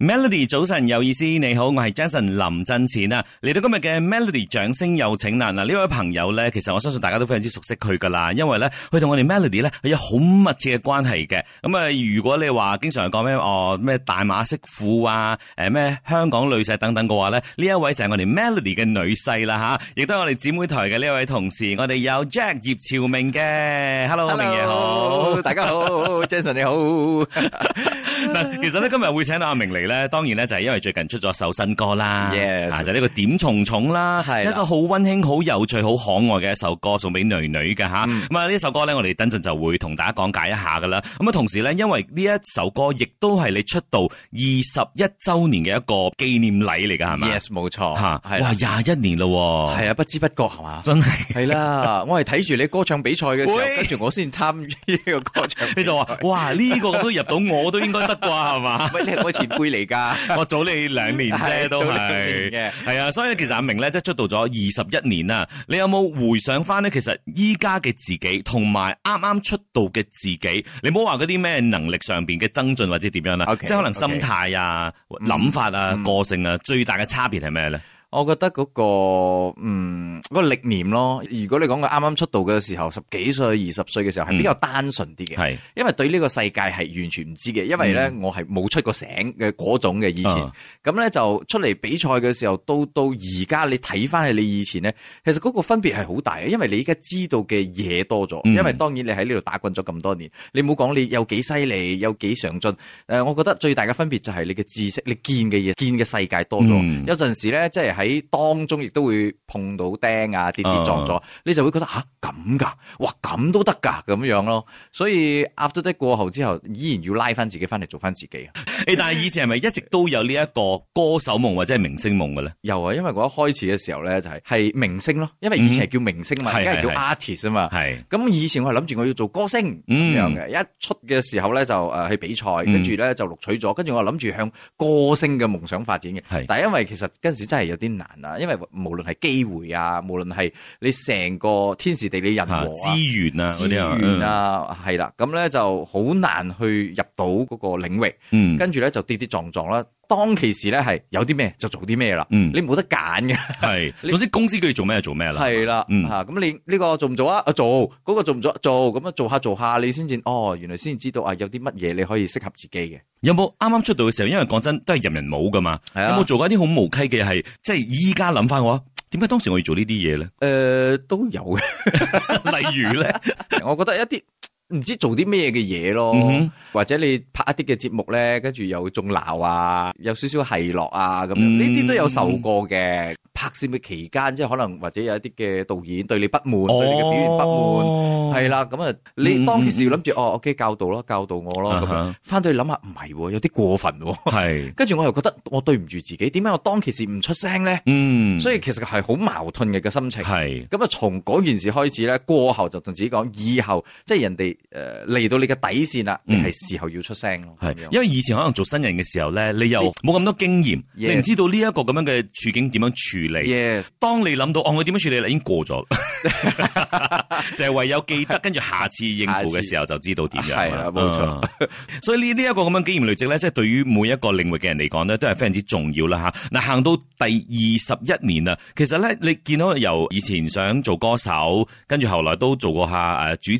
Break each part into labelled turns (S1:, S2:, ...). S1: Melody 早晨有意思，你好，我係 Jason 林振前啊。嚟到今日嘅 Melody 掌聲有請啦。嗱，呢位朋友咧，其實我相信大家都非常之熟悉佢噶啦，因為咧佢同我哋 Melody 咧係有好密切嘅關係嘅。咁啊，如果你話經常講咩哦咩大馬媳婦啊，誒咩香港女婿等等嘅話咧，呢一位就係我哋 Melody 嘅女婿啦吓，亦都係我哋姊妹台嘅呢一位同事，我哋有 Jack 葉朝明嘅，Hello 明爺好。
S2: 大家好 ，Jason 你好。
S1: 嗱，其實咧今日會請到阿明嚟咧，當然咧就係因為最近出咗首新歌啦
S2: Yes
S1: 啊就係呢個點蟲蟲啦，
S2: 係啦
S1: 一首好溫馨、好有趣、好可愛嘅一首歌，送俾女女嘅
S2: 嗯
S1: 吓。咁啊呢首歌咧，我哋等陣就會同大家講解一下噶啦。咁啊同時咧，因為呢一首歌亦都係你出道二十一周年嘅一個紀念禮嚟噶，係咪
S2: Yes，冇錯，
S1: 吓，
S2: 係
S1: 哇
S2: 啦，
S1: 廿一年咯，
S2: 係啊，不知不覺係嘛，
S1: 真係。
S2: 係啦，我係睇住你歌唱比賽嘅時候，
S1: 喂
S2: 跟住我先參與呢個歌唱比賽。
S1: 你就話哇呢個都入到我都應該得啩係嘛？
S2: 喂，你係我前輩嚟㗎。
S1: 我早你兩年啫，
S2: 係
S1: 都
S2: 早你兩
S1: 係
S2: 年
S1: 係啊，所以其實阿明咧，即係出道咗二十一年啦。你有冇回想翻咧？其實依家嘅自己同埋啱啱出道嘅自己，你唔好話嗰啲咩能力上邊嘅增進或者點樣啦
S2: OK，嗯
S1: 即係可能心態啊、諗法啊、個性啊，最大嘅差別係咩咧？
S2: 我覺得嗰、個嗯嗰、個歷念咯，如果你講佢啱啱出道嘅時候，十幾歲、二十歲嘅時候係比較單純啲嘅，
S1: 係
S2: 因為對呢個世界係完全唔知嘅，因為咧、我係冇出過醒嘅嗰種嘅以前，
S1: 嗯啊
S2: 咁咧、就出嚟比賽嘅時候，到到而家你睇翻係你以前咧，其實嗰個分別係好大嘅，因為你而家知道嘅嘢多咗，
S1: 嗯
S2: 因為當然你喺呢度打滾咗咁多年，你冇講你有幾犀利，有幾上進，誒、呃我覺得最大嘅分別就係你嘅知識，你見嘅嘢，見嘅世界多咗。
S1: 嗯
S2: 有陣時咧，即係喺當中亦都會碰到釘啊，跌跌撞
S1: 哦
S2: 撞，你就會覺得吓咁噶，哇咁都得噶咁樣咯。所以 after that 過後之後，依然要拉翻自己翻嚟做翻自己。啊
S1: 誒，但係以前係咪一直都有呢一個歌手夢或者係明星夢嘅咧？
S2: 又啊，因為我一開始嘅時候咧就係、係明星咯，因為以前係叫明星嘛，
S1: 嗯
S2: 而家
S1: 係
S2: 係叫
S1: 係
S2: artist 啊嘛。
S1: 係
S2: 咁以前我係諗住我要做歌星
S1: 嗯
S2: 咁樣嘅，一出嘅時候咧就誒去比賽，跟住咧就錄取咗，跟住我諗住向歌星嘅夢想發展嘅
S1: 係。
S2: 但係因為其實嗰陣時真係有啲難啊，因為無論係機會啊，無論係你成個天時地利人和
S1: 嚇
S2: 啊。
S1: 資源啊嗰
S2: 資
S1: 啲啊，
S2: 源啊，係啦，咁咧就好難去入到嗰個領域，
S1: 嗯，嗯，
S2: 跟住咧就跌跌撞撞啦。當其時咧係有啲咩就做啲咩啦，
S1: 嗯
S2: 你冇得揀嘅。
S1: 係，總之公司叫你做咩就做咩啦，
S2: 系啦，
S1: 嗯
S2: 吓咁你呢個做唔做啊？啊做，嗰個做唔做？做咁樣做下做下，你先至哦，原來先知道啊，有啲乜嘢你可以適合自己嘅。
S1: 有冇啱啱出道嘅時候？因為講真，都係人人冇噶嘛。
S2: 係啊
S1: 有冇做過一啲好無稽嘅係？即係依家諗翻嘅話，點解當時我要做呢啲嘢 咧？
S2: 诶、都有嘅。
S1: 例如 咧，
S2: 我覺得一啲唔知做啲咩嘅嘢咯，
S1: 嗯哼
S2: 或者你拍一啲嘅節目咧，跟住又中鬧啊，有少少奚落啊咁樣，
S1: 嗯
S2: 呢啲、都有受過嘅。拍攝嘅期間，即係可能或者有一啲嘅導演對你不滿，對你嘅表現不滿。
S1: 係
S2: 係啦，咁啊，
S1: 嗯
S2: 你當其時
S1: 嗯
S2: 諗住哦，OK 教導咯，教導我咯，咁
S1: 啊哈
S2: 樣翻到去諗下，唔係喎，有啲過分喎。
S1: 係，
S2: 跟住我又覺得我對唔住自己，點解我當其時唔出聲咧？
S1: 嗯，
S2: 所以其實係好矛盾嘅個心情。
S1: 係
S2: 咁啊，從嗰件事開始咧，過後就同自己講，以後即係人哋誒嚟到你嘅底線啦，你
S1: 嗯
S2: 係時候要出聲咯。咁
S1: 係，
S2: 樣
S1: 因為以前可能做新人嘅時候咧，你又冇咁多經驗，
S2: Yes
S1: 你唔知道呢一個咁樣嘅處境點樣處理。
S2: Yes，
S1: 當你諗到哦，我點樣處理啦，已經過咗啦， 就係唯有記得，跟住下次應付嘅時候就知道點樣啦。
S2: 係啊冇錯
S1: 嗯。所以呢呢一個咁樣經驗累積咧，即係對於每一個領域嘅人嚟講咧，都係非常之重要啦吓。嗱，行到第二十一年啦，其實咧你見到由以前想做歌手，跟住後來都做過下啊誒主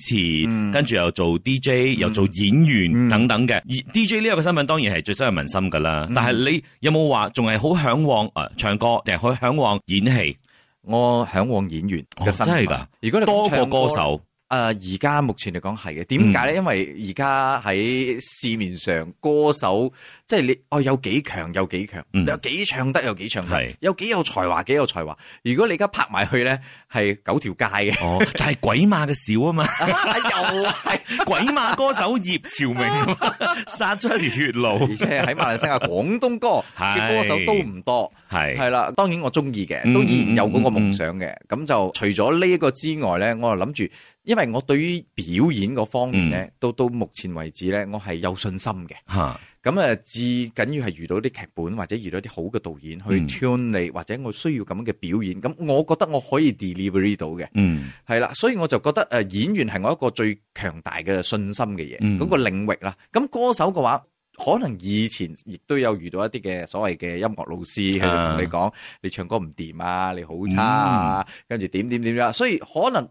S2: 嗯
S1: 持，跟住又做 DJ，又做演員等等嘅。而 DJ 呢一個身份當然係最深入民心噶啦。
S2: 嗯
S1: 但係你有冇話仲係好向往誒唱歌，定係好向往演戲？
S2: 我向往演員嘅
S1: 哦
S2: 身
S1: 真係
S2: 份。
S1: 㗎
S2: 如果你
S1: 多
S2: 講
S1: 過
S2: 唱
S1: 歌手，嗯
S2: 誒而家目前嚟講係嘅，點解咧？因為而家喺市面上歌手，即係你哦有幾強有幾強，
S1: 嗯
S2: 有幾唱得有幾唱
S1: 係，
S2: 得，有幾有才華幾有才華。如果你而家拍埋去咧，係九條街嘅
S1: 哦，但係鬼馬嘅少啊嘛，
S2: 又係。
S1: 鬼馬歌手葉朝明啊嘛 殺咗一條血路
S2: 而，且喺馬來西亞廣 東歌嘅歌手都唔多，
S1: 係
S2: 係啦。當然我中意嘅
S1: 嗯，
S2: 都依然有嗰個夢想嘅。咁就除咗呢一個之外咧，我就諗住，因為我對於表演嗰方面
S1: 嗯
S2: 咧，到到目前為止咧，我係有信心嘅。
S1: 嚇，
S2: 咁啊，至緊要係遇到啲劇本或者遇到啲好嘅導演
S1: 嗯
S2: 去 tune 你，或者我需要咁嘅表演，咁我覺得我可以 delivery 到嘅。
S1: 嗯
S2: 係啦，所以我就覺得呃誒演員係我一個最強大嘅信心嘅嘢，嗰、
S1: 嗯
S2: 個領域啦。咁歌手嘅話，可能以前亦都有遇到一啲嘅所謂嘅音樂老師，佢哋
S1: 啊
S2: 同你講你唱歌唔掂啊，你好差啊，
S1: 嗯
S2: 跟住點點點樣，所以可能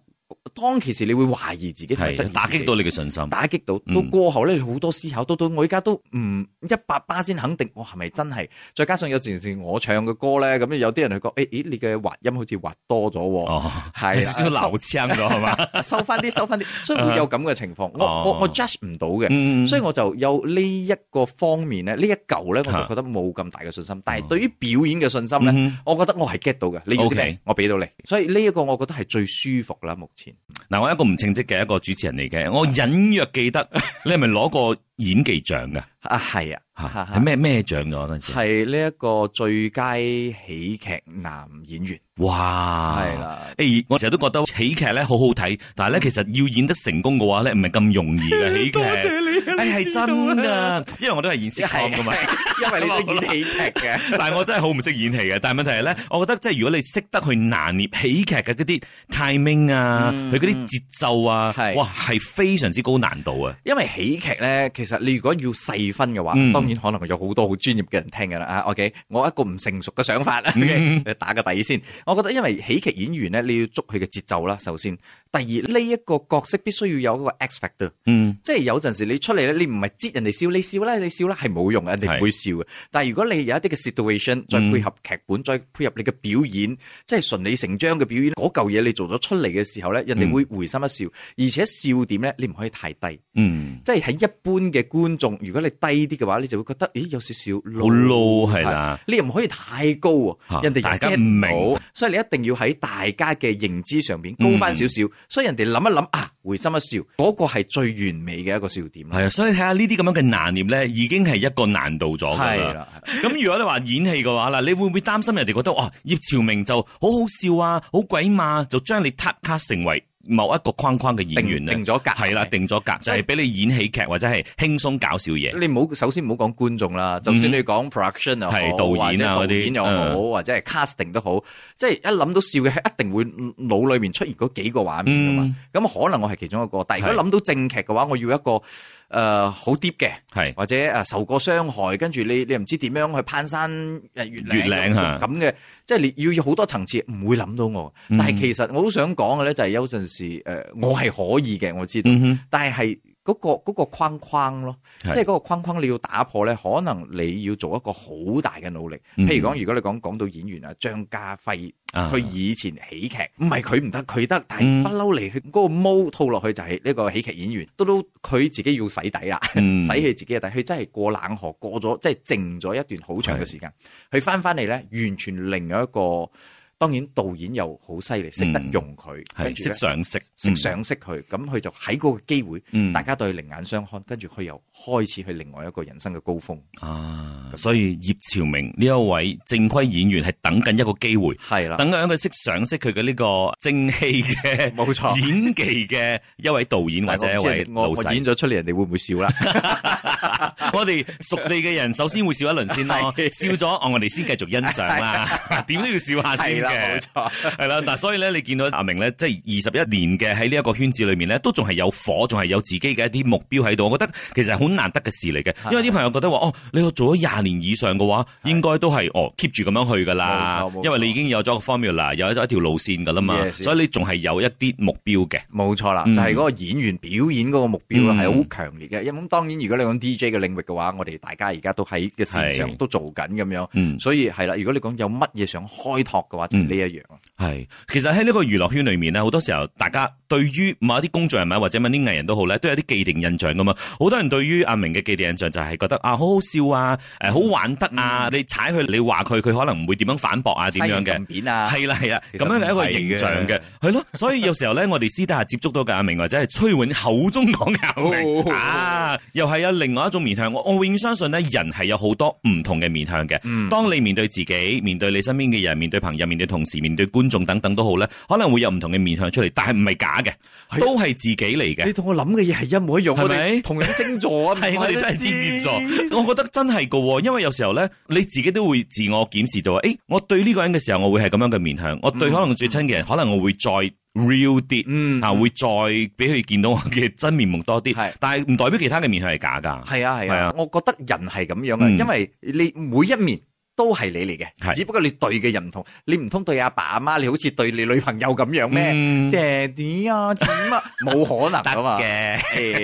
S2: 當其時你會懷疑自己，同埋質疑
S1: 係打
S2: 自己
S1: 擊到你嘅信心。
S2: 打擊到，
S1: 嗯
S2: 到過後咧，你好多思考，到到我而家都唔一百巴先肯定，我係咪真係？再加上有陣時我唱嘅歌咧，咁有啲人去講，誒、咦，你嘅滑音好似滑多咗喎，
S1: 哦，
S2: 係啊
S1: 有少少
S2: 啦
S1: 流槍咗係 嘛？
S2: 收翻 啲，收翻啲，所以會有咁嘅情況。我
S1: 哦
S2: 我我 judge 唔到嘅，
S1: 嗯
S2: 所以我就有呢一個方面咧，呢一嚿咧，我
S1: 嚇
S2: 就覺得冇咁大嘅信心。但係對於表演嘅信心咧，
S1: 嗯哼
S2: 我覺得我係 get 到嘅。你要啲
S1: OK
S2: 咩，我俾到你。所以呢一個我覺得係最舒服啦。目前
S1: 嗱，我係一個唔稱職嘅一個主持人嚟嘅，我隱約記 得你係咪攞過演技獎㗎？
S2: 啊，係啊，
S1: 係咩咩獎咗嗰陣時？
S2: 係呢一個最佳喜劇男演員，
S1: 哇！
S2: 係啦嗯
S1: 誒、我成日都覺得喜劇咧好好睇，但係咧其實要演得成功嘅話咧，唔係咁容易嘅 喜劇。
S2: 你啊
S1: 誒係真 噶，因為我都係演 s
S2: 即
S1: i t
S2: 係
S1: 噶嘛。
S2: 因為你都演喜劇嘅。
S1: 但係我真係好唔識演戲嘅，但係問題係咧，我覺得即係如果你識得去拿捏喜劇嘅嗰啲 timing 啊，佢嗰啲節奏啊，
S2: 嗯係
S1: 哇係非常之高難度啊！
S2: 因為喜劇咧，其實你如果要細分嘅話，
S1: 嗯
S2: 當然可能有好多好專業嘅人聽㗎啦。啊，OK，我一個唔成熟嘅想法啦，你打個底先。我覺得因為喜劇演員咧，你要捉佢嘅節奏啦，首先。第二呢一個角色必須要有一個 X factor，
S1: 嗯，
S2: 即係有陣時你出嚟咧，你唔係擠人哋笑，你笑啦，你笑啦係冇用嘅，人哋唔會笑嘅。但係如果你有一啲嘅 situation，再配合劇本，再配合你嘅表演，即係順理成章嘅表演，嗰嚿嘢你做咗出嚟嘅時候咧，人哋會回心一笑，而且笑點咧你唔可以太低。
S1: 嗯，
S2: 即係喺一般嘅觀眾，如果你低啲嘅話，你就會覺得，咦，有少少
S1: 好 low 係啦。
S2: 你又唔可以太高
S1: 嚇
S2: 喎，人哋
S1: 大家
S2: 又 get
S1: 唔明嗯
S2: 到，所以你一定要喺大家嘅認知上邊高翻少少，所以人哋諗一諗啊，回心一笑，嗰個係最完美嘅一個笑點啦。
S1: 係啊，所以睇下呢啲咁樣嘅拿捏咧，已經係一個難度咗㗎
S2: 係
S1: 啦。
S2: 啦，
S1: 咁如果你話演戲嘅話啦，你會唔會擔心人哋覺得哇葉朝明就好好笑啊，好鬼嘛，就將你撻卡成為某一個框框嘅演員
S2: 定
S1: 咧？
S2: 定咗格
S1: 係啦，定咗格就係俾你演喜劇或者係輕鬆搞笑嘢。嗯
S2: 你唔好首先唔好講觀眾啦，就算你講 production 又
S1: 係
S2: 好，
S1: 導
S2: 導
S1: 演啊
S2: 或
S1: 嗰
S2: 者導
S1: 啲
S2: 演又好，或者係 casting 都好，即係一諗到笑嘅，一定會腦裏面出現嗰幾個畫面噶
S1: 嗯
S2: 嘛。咁、可能我係其中一個，但係如果諗到正劇嘅話，我要一個誒好 deep 嘅。
S1: 係
S2: 或者誒受過傷害，跟住你你唔知點樣去攀山誒越嶺
S1: 越嶺嚇嗯
S2: 咁嘅，即係你要有好多層次，唔會諗到我。但係其實我好想講嘅咧，就係有陣時誒、呃我係可以嘅，我知道，
S1: 嗯哼
S2: 但係係嗰個嗰個框框咯，即
S1: 係
S2: 係嗰個框框你要打破咧，可能你要做一個好大嘅努力。
S1: 嗯
S2: 譬如講，如果你講講到演員啊，張家輝。
S1: 啊
S2: 佢以前喜劇唔係佢唔得，佢得，但
S1: 嗯
S2: 係不嬲嚟，佢嗰個毛套落去就係呢個喜劇演員，到到佢自己要洗底啦，
S1: 嗯
S2: 洗佢自己嘅底，佢真係過冷河，過咗即係靜咗一段好長嘅時間，佢翻翻嚟咧，完全另外一個。當然導演又好犀利，識得用佢，跟
S1: 嗯係
S2: 住
S1: 識
S2: 咧
S1: 上色，
S2: 識賞識佢，咁佢就喺嗰個機會，
S1: 嗯
S2: 大家對佢另眼相看，跟住佢又開始去另外一個人生嘅高峰，
S1: 嗯啊！所以葉朝明呢一位正規演員係等緊一個機會。
S2: 係啦，
S1: 等緊一個識賞識佢嘅呢個正氣嘅，
S2: 冇錯
S1: 演技嘅一位導演 或
S2: 但
S1: 者
S2: 係
S1: 一
S2: 我唔知
S1: 位
S2: 人哋我
S1: 老
S2: 我
S1: 細
S2: 演。咗出嚟，人哋會唔 會笑啦？
S1: 我哋熟地嘅人，首先會笑一輪先咯，笑咗，哦，我哋先繼續欣賞啦，點都要笑下先
S2: 係啦，冇
S1: 嘅，
S2: 錯。
S1: 係啦。嗱，所以咧，你見到阿明咧，即係二十一年嘅喺呢一個圈子裏面咧，都仲係有火，仲係有自己嘅一啲目標喺度。我覺得其實係好難得嘅事嚟嘅，因為啲朋友覺得話，哦，你做咗廿年以上嘅話，應該都係哦 keep 住咁樣去噶啦
S2: 冇錯冇，錯
S1: 因為你已經有咗個 formula，有咗一條路線噶啦嘛，
S2: Yes, yes.
S1: 所以你仲係有一啲目標嘅。
S2: 冇錯啦，
S1: 嗯
S2: 就係嗰個演員表演嗰個目標啦，
S1: 嗯
S2: 係好強烈嘅。因為咁當然，如果你講 DJ 嘅領域嘅話，我哋大家而家都喺嘅線上
S1: 係
S2: 都做緊咁樣，
S1: 嗯
S2: 所以係啦。如果你講有乜嘢想開拓嘅話，就係呢一樣。
S1: 係，其實喺呢個娛樂圈裏面咧，好多時候大家對於某一啲公眾人物或者某啲藝人都好咧，都有啲既定印象噶嘛。好多人對於阿明嘅既定印象就係覺得啊，好好笑啊，誒，好玩得啊，你踩佢，你話佢，佢可能唔會點樣反駁啊，點樣嘅。
S2: 片啊，
S1: 係啦係啦，
S2: 其
S1: 咁
S2: 實
S1: 樣嘅一
S2: 唔
S1: 個
S2: 係嘅
S1: 形象嘅，係咯，所以有時候咧，我哋私底下接觸到嘅阿明或者係崔永口中講嘅阿明
S2: 哦
S1: 啊，又係有另外一種面向。我我永遠相信咧，人係有好多唔同嘅面向嘅。
S2: 嗯
S1: 當你面對自己、面對你身邊嘅人、面對朋友、面對同事、面對觀眾等等都好咧，可能會有唔同嘅面向出嚟，但係唔係假嘅，都係自己嚟嘅
S2: 你。同我諗嘅嘢係一模一樣，
S1: 係
S2: 我
S1: 咪
S2: 哋同樣星座 啊，
S1: 係我哋
S2: 唔怪
S1: 真
S2: 得
S1: 係
S2: 知
S1: 天蝎座，我覺得真係噶喎，喎，因為有時候咧，你自己都會自我檢視到，誒，我對呢個人嘅時候，我會係咁樣嘅面向，我對可能最親嘅人，可能我會再 real 啲，
S2: 嗯
S1: 啊，會再俾佢見到我嘅真面目多啲
S2: 係，
S1: 但係唔代表其他嘅面向係假㗎。
S2: 係啊係
S1: 係
S2: 啊
S1: 啊，
S2: 我覺得人係咁樣
S1: 嗯
S2: 嘅，因為你每一面。都係你嚟嘅，
S1: 係
S2: 只不過你對嘅人唔同，你唔通對阿爸阿媽，你好似對你女朋友咁樣咩？
S1: 嗯
S2: 爹哋啊，點啊， 冇可能噶嘛。
S1: 嘅，
S2: 誒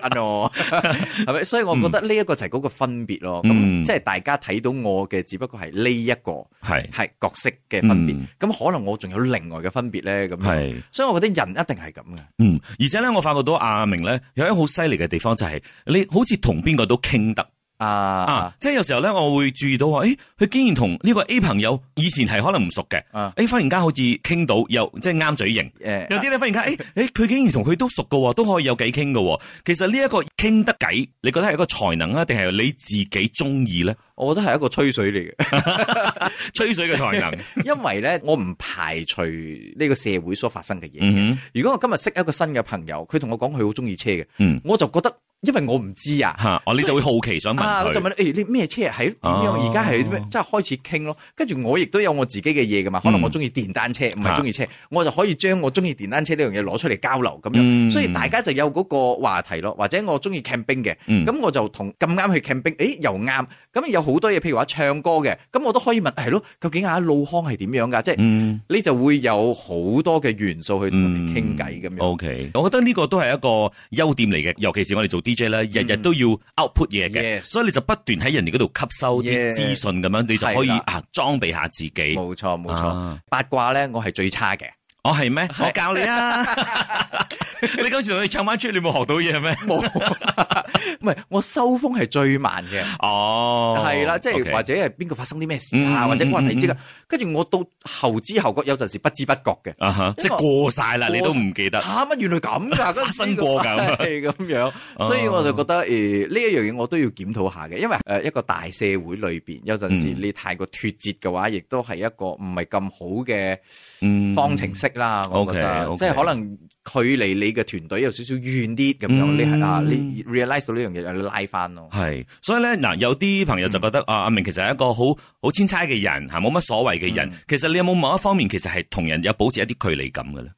S2: 阿諾係咪？所以我覺得呢一個就係嗰個分別咯。
S1: 嗯
S2: 咁即係大家睇到我嘅，只不過係呢一個
S1: 係
S2: 係角色嘅分別
S1: 嗯。
S2: 咁可能我仲有另外嘅分別咧。咁樣
S1: 係。
S2: 所以我覺得人一定係咁嘅。
S1: 嗯，而且咧，我發覺到阿明咧有一個好犀利嘅地方就係、你好似同邊個都傾得
S2: 啊
S1: 啊
S2: 啊！
S1: 即係有時候咧，我會注意到話，誒，佢竟然同呢個 A 朋友以前係可能唔熟嘅，誒、
S2: 啊
S1: 哎忽然間好似傾到又即係啱嘴型。
S2: 誒
S1: 有啲咧忽然間，誒、誒，佢竟然同佢都熟嘅喎，都可以有偈傾嘅喎。其實呢一個傾得偈，你覺得係一個才能啊，定係你自己中意咧？
S2: 我覺得係一個吹水嚟 嘅，
S1: 吹水嘅 才能，
S2: 因為咧我唔排除呢個社會所發生嘅嘢。
S1: 嗯哼，
S2: 如果我今日識一個新嘅朋友，佢同我講佢好中意車嘅，
S1: 嗯
S2: 我就覺得，因為我唔知啊。
S1: 嚇、哦，你就會好奇想問
S2: 啊！我就
S1: 佢，
S2: 問你，誒、你咩車係點樣？
S1: 哦
S2: 而家係咩？即係開始傾咯。跟住我亦都有我自己嘅嘢噶嘛。可
S1: 嗯
S2: 能我中意電單車，唔係中意車，我就可以將我中意電單車呢樣嘢攞出嚟交流咁樣。
S1: 嗯
S2: 所以大家就有嗰個話題咯。或者我中意 camping 嘅，咁、
S1: 嗯
S2: 我就同咁啱去 camping，誒又啱。咁有好多嘢，譬如話唱歌嘅，咁我都可以問係咯，究竟啊路康係點樣㗎？即係
S1: 嗯。
S2: 你就會有好多嘅元素去同人哋傾偈咁樣。
S1: O、k 我覺得呢個都係一個優點嚟嘅，尤其是我哋做 DJ 咧，日日都要 output 嘢嘅
S2: 嗯 Yes
S1: 所以你就不斷喺人哋嗰度吸收啲
S2: Yes
S1: 資訊咁樣，你就可以
S2: 係啦
S1: 啊裝備下自己。
S2: 冇錯冇錯，
S1: 嗯啊
S2: 八卦咧我係最差嘅。
S1: 我哦係咩？我教你 啊！你嗰時同你唱翻出，你冇學到嘢咩？
S2: 冇，唔係我收風係最慢嘅，
S1: 哦，
S2: 係啦，即
S1: OK
S2: 係或者係邊個發生啲咩事
S1: 嗯
S2: 啊，
S1: 嗯
S2: 或者我
S1: 嗯
S2: 突然之間
S1: 嗯，
S2: 跟住我到後知後覺，有陣時不知不覺嘅。
S1: 啊哈，即
S2: 因為
S1: 係過晒啦，
S2: 過
S1: 你
S2: 晒
S1: 都唔記得。
S2: 吓乜原來 咁㗎，發
S1: 啊生過㗎啊哦
S2: 係咁樣，所以我就覺得誒呢一樣嘢我都要檢討下嘅，因為誒一個大社會裏邊有陣時
S1: 嗯
S2: 你太過脱節嘅話，亦都係一個唔係咁好嘅
S1: 嗯
S2: 方程式啦。我覺得
S1: OK，OK
S2: 即係可能距離你嘅團隊有少少遠啲咁樣，
S1: 嗯
S2: 你係啊你 realize 到呢樣嘢，你拉翻咯。
S1: 係，所以咧嗱，有啲朋友就
S2: 嗯
S1: 覺得、啊，阿明其實係一個好好千差嘅人吓，冇乜所謂嘅人。
S2: 嗯
S1: 其實你有冇某一方面其實係同人有保持一啲距離感嘅咧？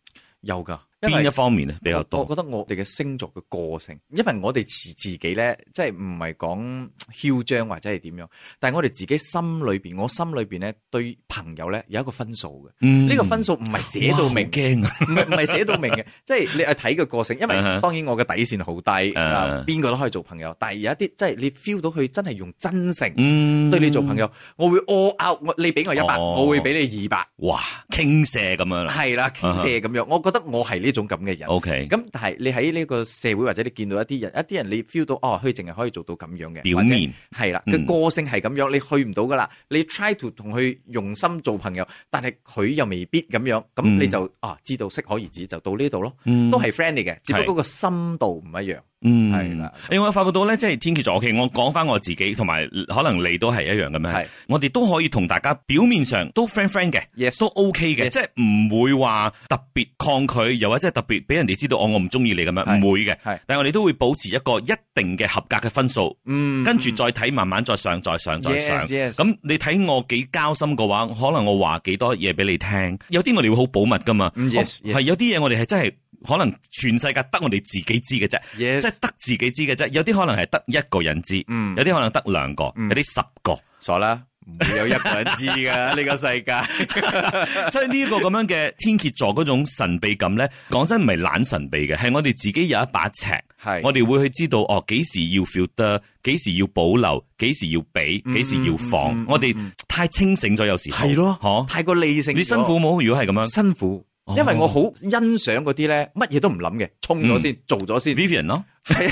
S2: 有噶，因
S1: 邊
S2: 為
S1: 一方面咧比較
S2: 我
S1: 多
S2: 我？覺得我哋嘅星座嘅個性，因為我哋自自己咧，即係唔係講囂張或者係點樣，但係我哋自己心裏邊，我心裏邊咧對朋友咧有一個分數嘅。
S1: 呢
S2: 呢個分數唔係寫到
S1: 嗯
S2: 明，
S1: 驚啊！
S2: 唔係唔係寫 到明嘅，即係你係睇個個性。因為
S1: 嗯哼
S2: 當然我嘅底線好低，
S1: 嗯
S2: 啊邊個都可以做朋友。但係有一啲即係你 feel 到佢真係用真誠
S1: 嗯
S2: 對你做朋，友，我會 all out，我你俾我一百，
S1: 哦
S2: 我會俾你二百，
S1: 哇，傾瀉咁樣啦。
S2: 係啦，傾瀉咁樣。我覺得我係呢種咁嘅人。
S1: O K，
S2: 咁但係你喺呢個社會或者你見到一啲人，一啲人你 feel 到哦，佢淨係可以做到咁樣嘅
S1: 表面
S2: 或者係啦，
S1: 嗯
S2: 佢個性係咁樣，你去唔到噶啦。你 try to 同佢用心做朋友，但係佢又未必咁樣，
S1: 嗯
S2: 咁你就、啊知道適可而止，就到呢度咯。
S1: 嗯
S2: 都係 friend 嚟嘅，只不過個深度唔一樣。
S1: 嗯
S2: 係啦。
S1: 因為我發覺到咧，即係天蠍座。O K，我講翻我自己，同埋可能你都係一樣咁樣
S2: 係。
S1: 我哋都可以同大家表面上都 friend friend 嘅
S2: Yes
S1: 都 O K 嘅，
S2: Yes
S1: 即係唔會話特別抗拒，又或者係特別俾人哋知道哦，我唔中意你咁樣，
S2: 係
S1: 唔會嘅
S2: 係。
S1: 但係我哋都會保持一個一定嘅合格嘅分數，
S2: 嗯，
S1: 跟住再睇，慢慢再上，再上，再上。
S2: Yes, yes
S1: 咁你睇我幾交心嘅話，可能我話幾多嘢俾你聽。有啲我哋會好保密噶嘛，
S2: 嗯
S1: 我
S2: yes, yes
S1: 係有啲嘢我哋係真係可能全世界得我哋自己知嘅啫
S2: Yes
S1: 即係得自己知嘅啫。有啲可能係得一個人知，
S2: 嗯
S1: 有啲可能得兩個，有啲十個。
S2: 傻啦，唔會有一個人 知噶呢個世界。
S1: 所以呢一個咁樣嘅天蠍座嗰種神秘感咧，講真唔係懶神秘嘅，係我哋自己有一把尺。
S2: 係
S1: 我哋會去知道哦，幾時要 feel 得，幾時要保留，幾時要俾，幾時要放。
S2: 嗯嗯嗯
S1: 我哋太清醒咗，有時候
S2: 係咯，
S1: 嗬
S2: 太過理性咗。
S1: 你辛苦冇？如果係咁樣
S2: 辛苦，
S1: 哦
S2: 因為我好欣賞嗰啲咧，乜嘢都唔諗嘅，衝咗
S1: 嗯
S2: 先，做咗先。
S1: ，Vivian 咯，
S2: 係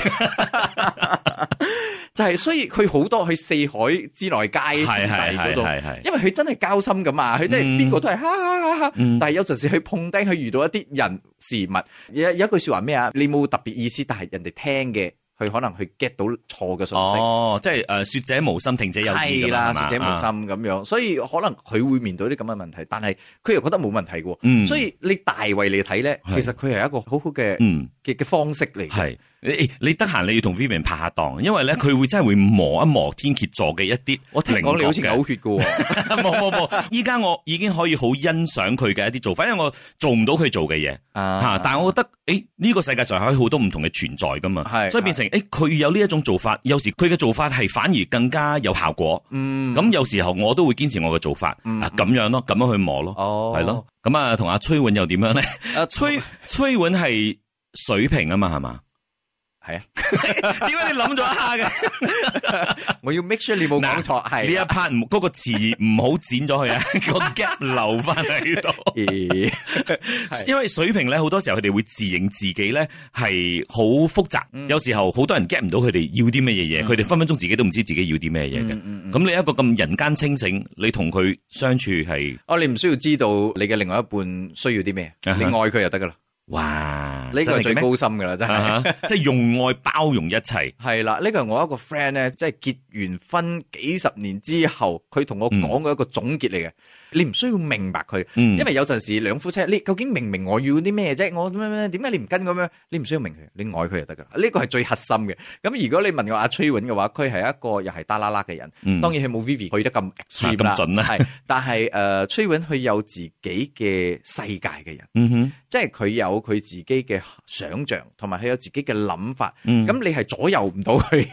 S2: 啊，就係所以佢好多去四海之內街
S1: 係係
S2: 地嗰
S1: 係
S2: 度，
S1: 係係，
S2: 因為佢真係交心噶嘛，佢真係
S1: 嗯
S2: 邊個都係哈哈哈哈。
S1: 嗯
S2: 但係有陣時佢碰釘，佢遇到一啲人事物，有有一句說話咩啊？你冇特別意思，但係人哋聽嘅，佢可能去 get 到錯嘅信息。
S1: 哦，即係誒，說者無心，聽者有意
S2: 係
S1: 咁
S2: 啦，
S1: 啦，
S2: 或者無
S1: 啊，
S2: 心咁樣，所以可能佢會面對啲咁嘅問題，但係佢又覺得冇問題嘅喎。
S1: 嗯
S2: 所以你大圍嚟睇咧，
S1: 係
S2: 其實佢係一個好好嘅
S1: 嗯，
S2: 嘅嘅方式嚟嘅。
S1: 係。你你得閒你要同 Vivian 拍下檔，因為咧佢會真係會磨一磨天蠍座嘅一啲
S2: 嗯我聽講你好似
S1: 靈覺嘅
S2: 嘔血嘅 喎，
S1: 冇冇冇，依家我已經可以好欣賞佢嘅一啲做法，因為我做唔到佢做嘅嘢
S2: 啊
S1: 吓，但係我覺得诶呢、個世界上係好多唔同嘅存在噶嘛，
S2: 係
S1: 所以變成诶佢有呢一種做法，有時佢嘅做法係反而更加有效果。
S2: 嗯
S1: 咁有時候我都會堅持我嘅做法，啊咁樣咯，咁樣去磨咯，
S2: 哦
S1: 係咯。咁啊，同阿崔允又點樣咧？
S2: 啊
S1: 崔崔允係水平啊嘛，係嘛？
S2: 係啊，
S1: 點解你諗咗一下嘅？
S2: 我要 make sure 你冇講錯，
S1: 呢一
S2: 係啊。
S1: part 唔嗰個詞唔好剪咗佢 啊，個 gap 留翻喺度。
S2: 咦
S1: 因為水平咧，好多時候佢哋會自認自己咧係好複雜，
S2: 嗯
S1: 有時候好多人 get 唔到佢哋要啲乜嘢嘢，佢哋、分分鐘自己都唔知自己要啲咩嘢
S2: 嗯
S1: 嘅。咁、你一個咁人間清醒，你同佢相處係
S2: 哦，你唔需要知道你嘅另外一半需要啲咩，你
S1: 啊哈
S2: 愛佢就得噶啦，
S1: 哇，
S2: 呢個係
S1: 真
S2: 最
S1: 嘅咩
S2: 高深噶啦，真係。
S1: 啊哈即係用愛包容一切。
S2: 係啦，呢個係我一個 friend 咧，即係結完婚幾十年之後，佢同我講過一個總結嚟嘅。你唔需要明白佢，
S1: 嗯
S2: 因為有陣時兩夫妻，你究竟明唔明我要啲咩啫？我咩咩點解你唔跟咁樣？你唔需要明佢，你愛佢就得噶啦。呢個係最核心嘅。咁如果你問我阿崔允嘅話，佢係一個又係打啦啦嘅人，
S1: 嗯
S2: 當然佢冇 Vivi 去得咁 extreme 啦，
S1: 咁準啦
S2: 係但係诶、呃崔允佢有自己嘅世界嘅人。
S1: 嗯哼，
S2: 即係佢有佢自己嘅想像，同埋佢有自己嘅諗法。咁、
S1: 嗯
S2: 你係左右唔到佢。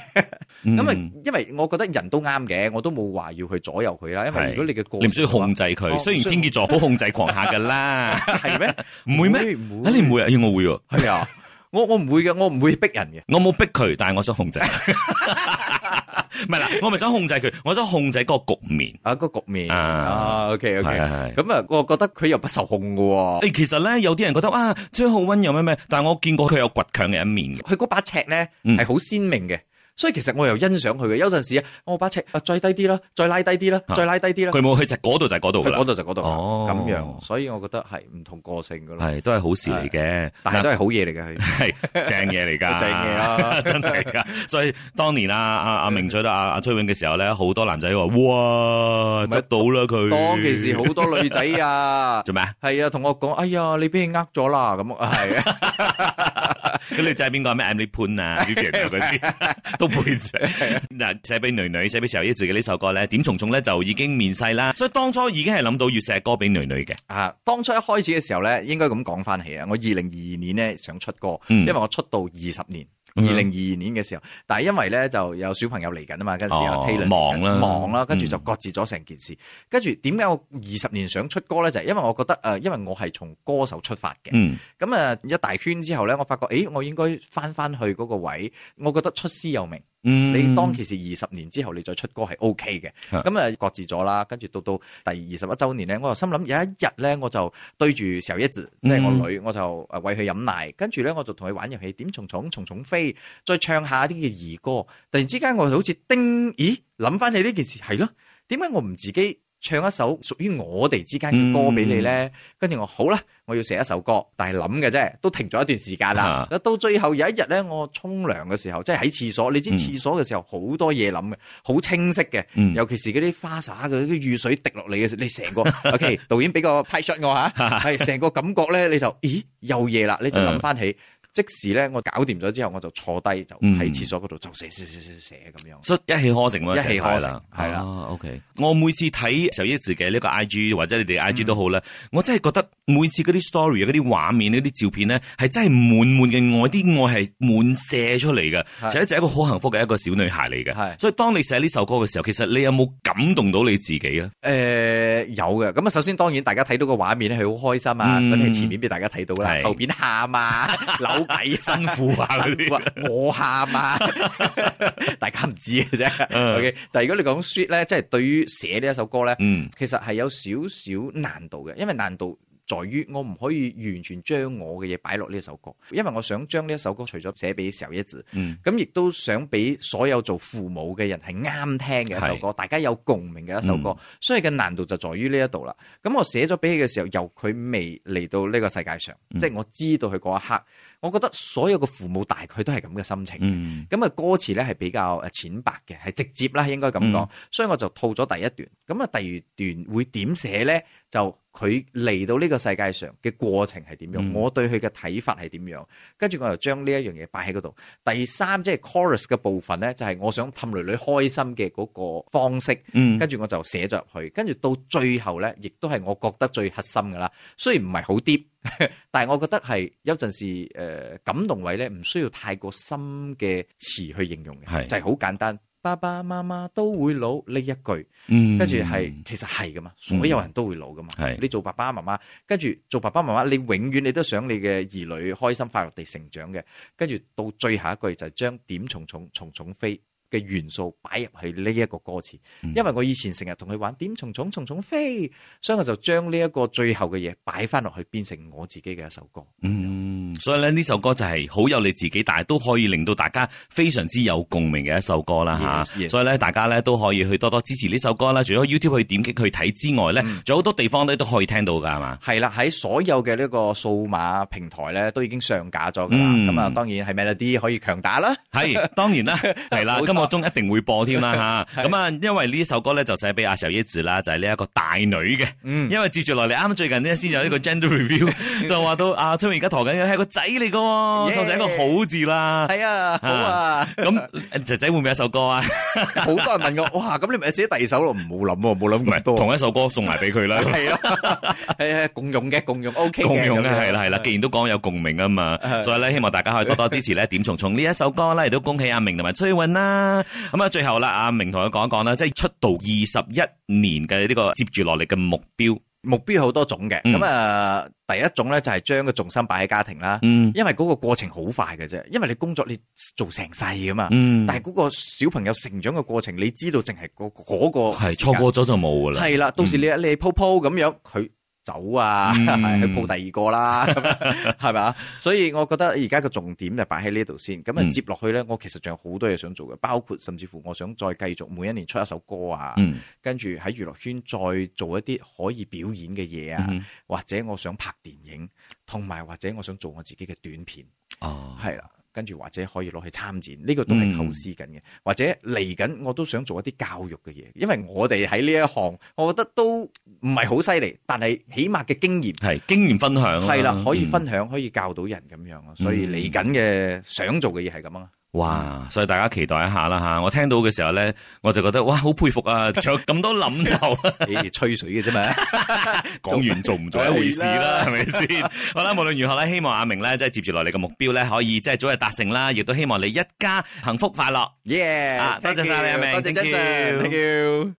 S1: 嗯
S2: 咁啊、因為我覺得人都啱嘅，我都冇話要去左右佢啦。因為如果你嘅個
S1: 你唔需要控
S2: 制，
S1: 制佢，
S2: 哦
S1: 雖然
S2: 唔需要
S1: 天蝎座好控制狂下噶啦，
S2: 係 咩？
S1: 唔會咩？
S2: 唔
S1: 啊
S2: 會
S1: 你唔會啊？要我會喎，
S2: 係啊，我我唔會嘅，我唔會逼人嘅。
S1: 我冇逼佢，但係我想 控制。唔係啦，我咪想控制佢，我想控制嗰個局面。
S2: 啊，個局面
S1: 啊
S2: 啊，OK
S1: 係
S2: OK，
S1: 係係
S2: 咁啊，我覺得佢又不受控嘅喎。
S1: 誒，其實咧有啲人覺得啊，張浩温有咩咩，但係我見過佢有倔強嘅一面嘅。
S2: 佢嗰把尺咧
S1: 嗯
S2: 係好鮮明嘅，所以其實我又欣賞佢嘅。有陣時啊，我把尺啊再低啲啦，再拉低啲啦，
S1: 啊
S2: 再拉低啲啦。
S1: 佢冇去就嗰度就係嗰度噶
S2: 去嗰
S1: 啦，
S2: 度就嗰度啦，
S1: 哦
S2: 咁樣，所以我覺得係唔同個性噶咯，
S1: 係都係好事嚟嘅。
S2: 但係都係好嘢 嚟嘅，佢
S1: 系正嘢嚟噶，
S2: 正嘢啦
S1: 真係噶。所以當年啊， 阿阿明娶到阿阿崔永嘅時候咧，好多男仔話：哇，
S2: 係
S1: 執到啦佢。
S2: 當其時好多女仔啊
S1: ，做咩啊？
S2: 係啊，同我講，哎呀，你俾人呃咗啦，咁啊，係啊，
S1: 嗰女仔係邊個啊咩 Emily Poon 啊 Vivian 啊嗰 啲都背脊。
S2: 啊
S1: 嗱，寫俾女女，寫俾時候自己呢首歌咧，點重重咧就已經面世啦。所以當初已經係諗到要寫歌俾女女嘅。
S2: 啊，當初一開始嘅時候咧，應該咁講翻起啊，我二零二二年咧想出歌，
S1: 嗯
S2: 因為我出道二十年。二
S1: 嗯
S2: 零二二年嘅時候，但係因為咧就有小朋友嚟緊啊嘛，跟住有
S1: 哦
S2: Taylor
S1: 忙啦
S2: 忙啦，跟住
S1: 嗯
S2: 就擱置咗成件事。跟住點解我二十年想出歌咧？就係因為我覺得誒、呃因為我係從歌手出發嘅，
S1: 嗯
S2: 咁啊一大圈之後咧，我發覺，誒，我應該翻翻去嗰個位，我覺得出師有名。
S1: 嗯，
S2: 你當其時二十年之後，你再出歌係 O K 嘅。
S1: 嚇
S2: 咁啊擱置咗啦，跟住到到第二十一週年咧，我就心諗有一日咧，我就對住小一子，
S1: 嗯
S2: 即係我女，我就誒餵佢飲奶，跟住咧我就同佢玩遊戲，點蟲蟲蟲蟲飛，再唱下啲嘅兒歌。突然之間，我就好似叮，咦？諗翻起呢件事係咯，點解我唔自己？唱一首屬於我哋之間嘅歌俾你咧，跟住、我好啦，我要寫一首歌，但係諗嘅啫，都停咗一段時間啦。到最後有一日咧，我沖涼嘅時候，即係喺廁所，你知
S1: 嗯
S2: 廁所嘅時候好多嘢諗嘅，好清晰嘅，
S1: 嗯
S2: 尤其是嗰啲花灑嗰啲雨水滴落嚟嘅時候，你成個 OK 導演俾個 p 出我吓， 係成個感覺咧，你就咦又夜啦，你就
S1: 嗯
S2: 諗翻起。即時咧，我搞掂咗之後，我就坐低就
S1: 嗯
S2: 喺廁所嗰度就寫寫寫寫寫咁樣。
S1: 所以一氣呵成咁樣寫晒
S2: 一氣
S1: 啦
S2: 呵，成係啦
S1: 啊。OK，我每次睇小一子嘅呢個 I G 或者你哋 I
S2: 嗯
S1: G 都好啦，我真係覺得每次嗰啲 story 嗰啲畫面呢啲照片咧，係真係滿滿嘅愛，啲愛係滿射出嚟嘅。
S2: 係
S1: 小一子係一個好幸福嘅一個小女孩嚟嘅，
S2: 係
S1: 所以當你寫呢首歌嘅時候，其實你有冇感動到你自己啊 咧？
S2: 誒、有嘅，咁啊首先當然大家睇到個畫面咧，佢好開心啊，
S1: 嗯
S2: 嗰啲係前面俾大家睇到啦
S1: 係，
S2: 後邊喊啊， 扭計啊，
S1: 辛苦啊嗰啲
S2: 哇我喊啊， 大家唔知嘅啫。
S1: 嗯
S2: OK，但係如果你講 sweet 咧，即係對於寫呢一首歌咧，
S1: 嗯
S2: 其實係有少少難度嘅，因為難度。在於我唔可以完全將我嘅嘢擺落呢一首歌，因為我想將呢一首歌除咗寫俾小一子，
S1: 嗯
S2: 咁亦都想俾所有做父母嘅人係啱聽嘅一首歌，大家有共鳴嘅一首歌，所以嘅難度就在於呢一度啦。咁我寫咗俾佢嘅時候，由佢未嚟到呢個世界上，即係我知道佢嗰一刻，我覺得所有嘅父母大概都係咁嘅心情。
S1: 嗯
S2: 咁啊歌詞咧係比較誒淺白嘅，係直接啦，應該咁講。所以我就套咗第一段。咁啊第二段會點寫咧？就佢嚟到呢個世界上嘅過程係點樣，
S1: 嗯
S2: 我對佢嘅睇法係點樣，跟住我又將呢一樣嘢擺喺嗰度。第三即係 chorus 嘅部分咧，就係、我想氹女女開心嘅嗰個方式。
S1: 嗯
S2: 跟住我就寫咗入去，跟住到最後呢，亦都係我覺得最核心噶啦。雖然唔係好 deep，但係 我覺得係有陣時誒、呃感動位呢，唔需要太過深嘅詞去形容
S1: 係
S2: 嘅，就係好簡單。爸爸媽媽都會老呢一句，
S1: 嗯
S2: 跟住係其實係噶嘛，所有人都會老噶嘛。
S1: 係
S2: 你做爸爸媽媽，跟住做爸爸媽媽，你永遠你都想你嘅兒女開心快樂地成長嘅。跟住到最後一句就係將點重重重重飛嘅元素擺入去呢一個歌詞，
S1: 嗯
S2: 因為我以前成日同佢玩點重重重重飛，所以我就將呢一個最後嘅嘢擺翻落去，變成我自己嘅一首歌。
S1: 嗯，所以咧呢首歌就係好有你自己，但係都可以令到大家非常之有共鳴嘅一首歌啦吓。
S2: Yes, yes.
S1: 所以咧大家咧都可以去多多支持呢首歌啦。除咗 YouTube 去點擊去睇之外咧，
S2: 嗯
S1: 仲、有好多地方咧都可以聽到噶，係 嘛？
S2: 係啦，喺所有嘅呢個數碼平台咧都已經上架咗㗎啦。
S1: 嗯
S2: 咁啊、當然係 Melody 可以強打啦。
S1: 係，當然啦，係啦，
S2: 冇
S1: 今
S2: 錯
S1: 個鐘一定會播添啦 吓。咁啊，因為呢首歌咧就寫俾阿小椰子啦，就係呢一個大女嘅。
S2: 嗯
S1: 因為接住落嚟啱啱最近呢，先有 呢個 gender review，就話到啊阿崔永而家陀緊嘅係個仔嚟噶喎，
S2: Yeah
S1: 就成一個好字啦。
S2: 係啊，好啊。
S1: 咁仔仔會唔會有一首歌啊？
S2: 好多人問我，哇，咁你咪寫第二首咯？唔好諗喎，冇諗咁多。
S1: 同一首歌送埋俾 佢啦。
S2: 係啊，係係共用嘅，共用 OK 嘅。
S1: 共用咧
S2: 咁樣
S1: 係啦係啦，既然都講有共鳴 啊嘛，所以咧希望大家可以多多支持咧點重重呢一首歌咧，亦都恭喜阿明同埋崔韻啦。咁啊，最後啦，阿明同佢講一講啦，即係出道二十一年嘅呢個接住落嚟嘅目標，
S2: 目標好多種嘅，
S1: 嗯
S2: 咁啊、第一種咧就係將個重心擺喺家庭啦，
S1: 嗯
S2: 因為嗰個過程好快嘅啫，因為你工作你做成世噶嘛，
S1: 嗯，
S2: 但係嗰個小朋友成長嘅過程，你知道淨係嗰嗰個
S1: 係
S2: 時間
S1: 錯過咗就冇噶啦。嗯
S2: 係啦，到時你你鋪鋪咁樣佢。走啊， 去
S1: 嗯
S2: 鋪第二個啦， 咁樣係咪啊？所以我覺得而家個重點就擺喺呢度先。咁
S1: 嗯
S2: 啊，接落去咧，我其實仲有好多嘢想做嘅，包括甚至乎我想再繼續每一年出一首歌啊，
S1: 嗯
S2: 跟住喺娛樂圈再做一啲可以表演嘅嘢啊，
S1: 嗯哼
S2: 或者我想拍電影，同埋或者我想做我自己嘅短片，
S1: 哦，
S2: 係啦。跟住或者可以攞去參展，呢、個都
S1: 嗯
S2: 係構思緊嘅。或者嚟緊我都想做一啲教育嘅嘢，因為我哋喺呢一行，我覺得都唔係好犀利，但係起碼嘅經驗
S1: 係經驗分享
S2: 係啦，可以
S1: 嗯
S2: 分享，可以教到人咁樣咯。所以嚟緊嘅想做嘅嘢係 咁啊。
S1: 哇！所以大家期待一下啦吓，我聽到嘅時候咧，我就覺得哇，好佩服啊！仲有咁多諗頭。
S2: 你吹水嘅啫嘛，
S1: 講完做唔做一回事啦，係 咪先？好啦，無論如何咧，希望阿明咧，即係接住落嚟嘅目標咧，可以即係早日達成啦，亦都希望你一家幸福快樂。
S2: 耶！
S1: 啊多謝晒你啊明
S2: 多謝
S1: thank you
S2: Jason，thank you。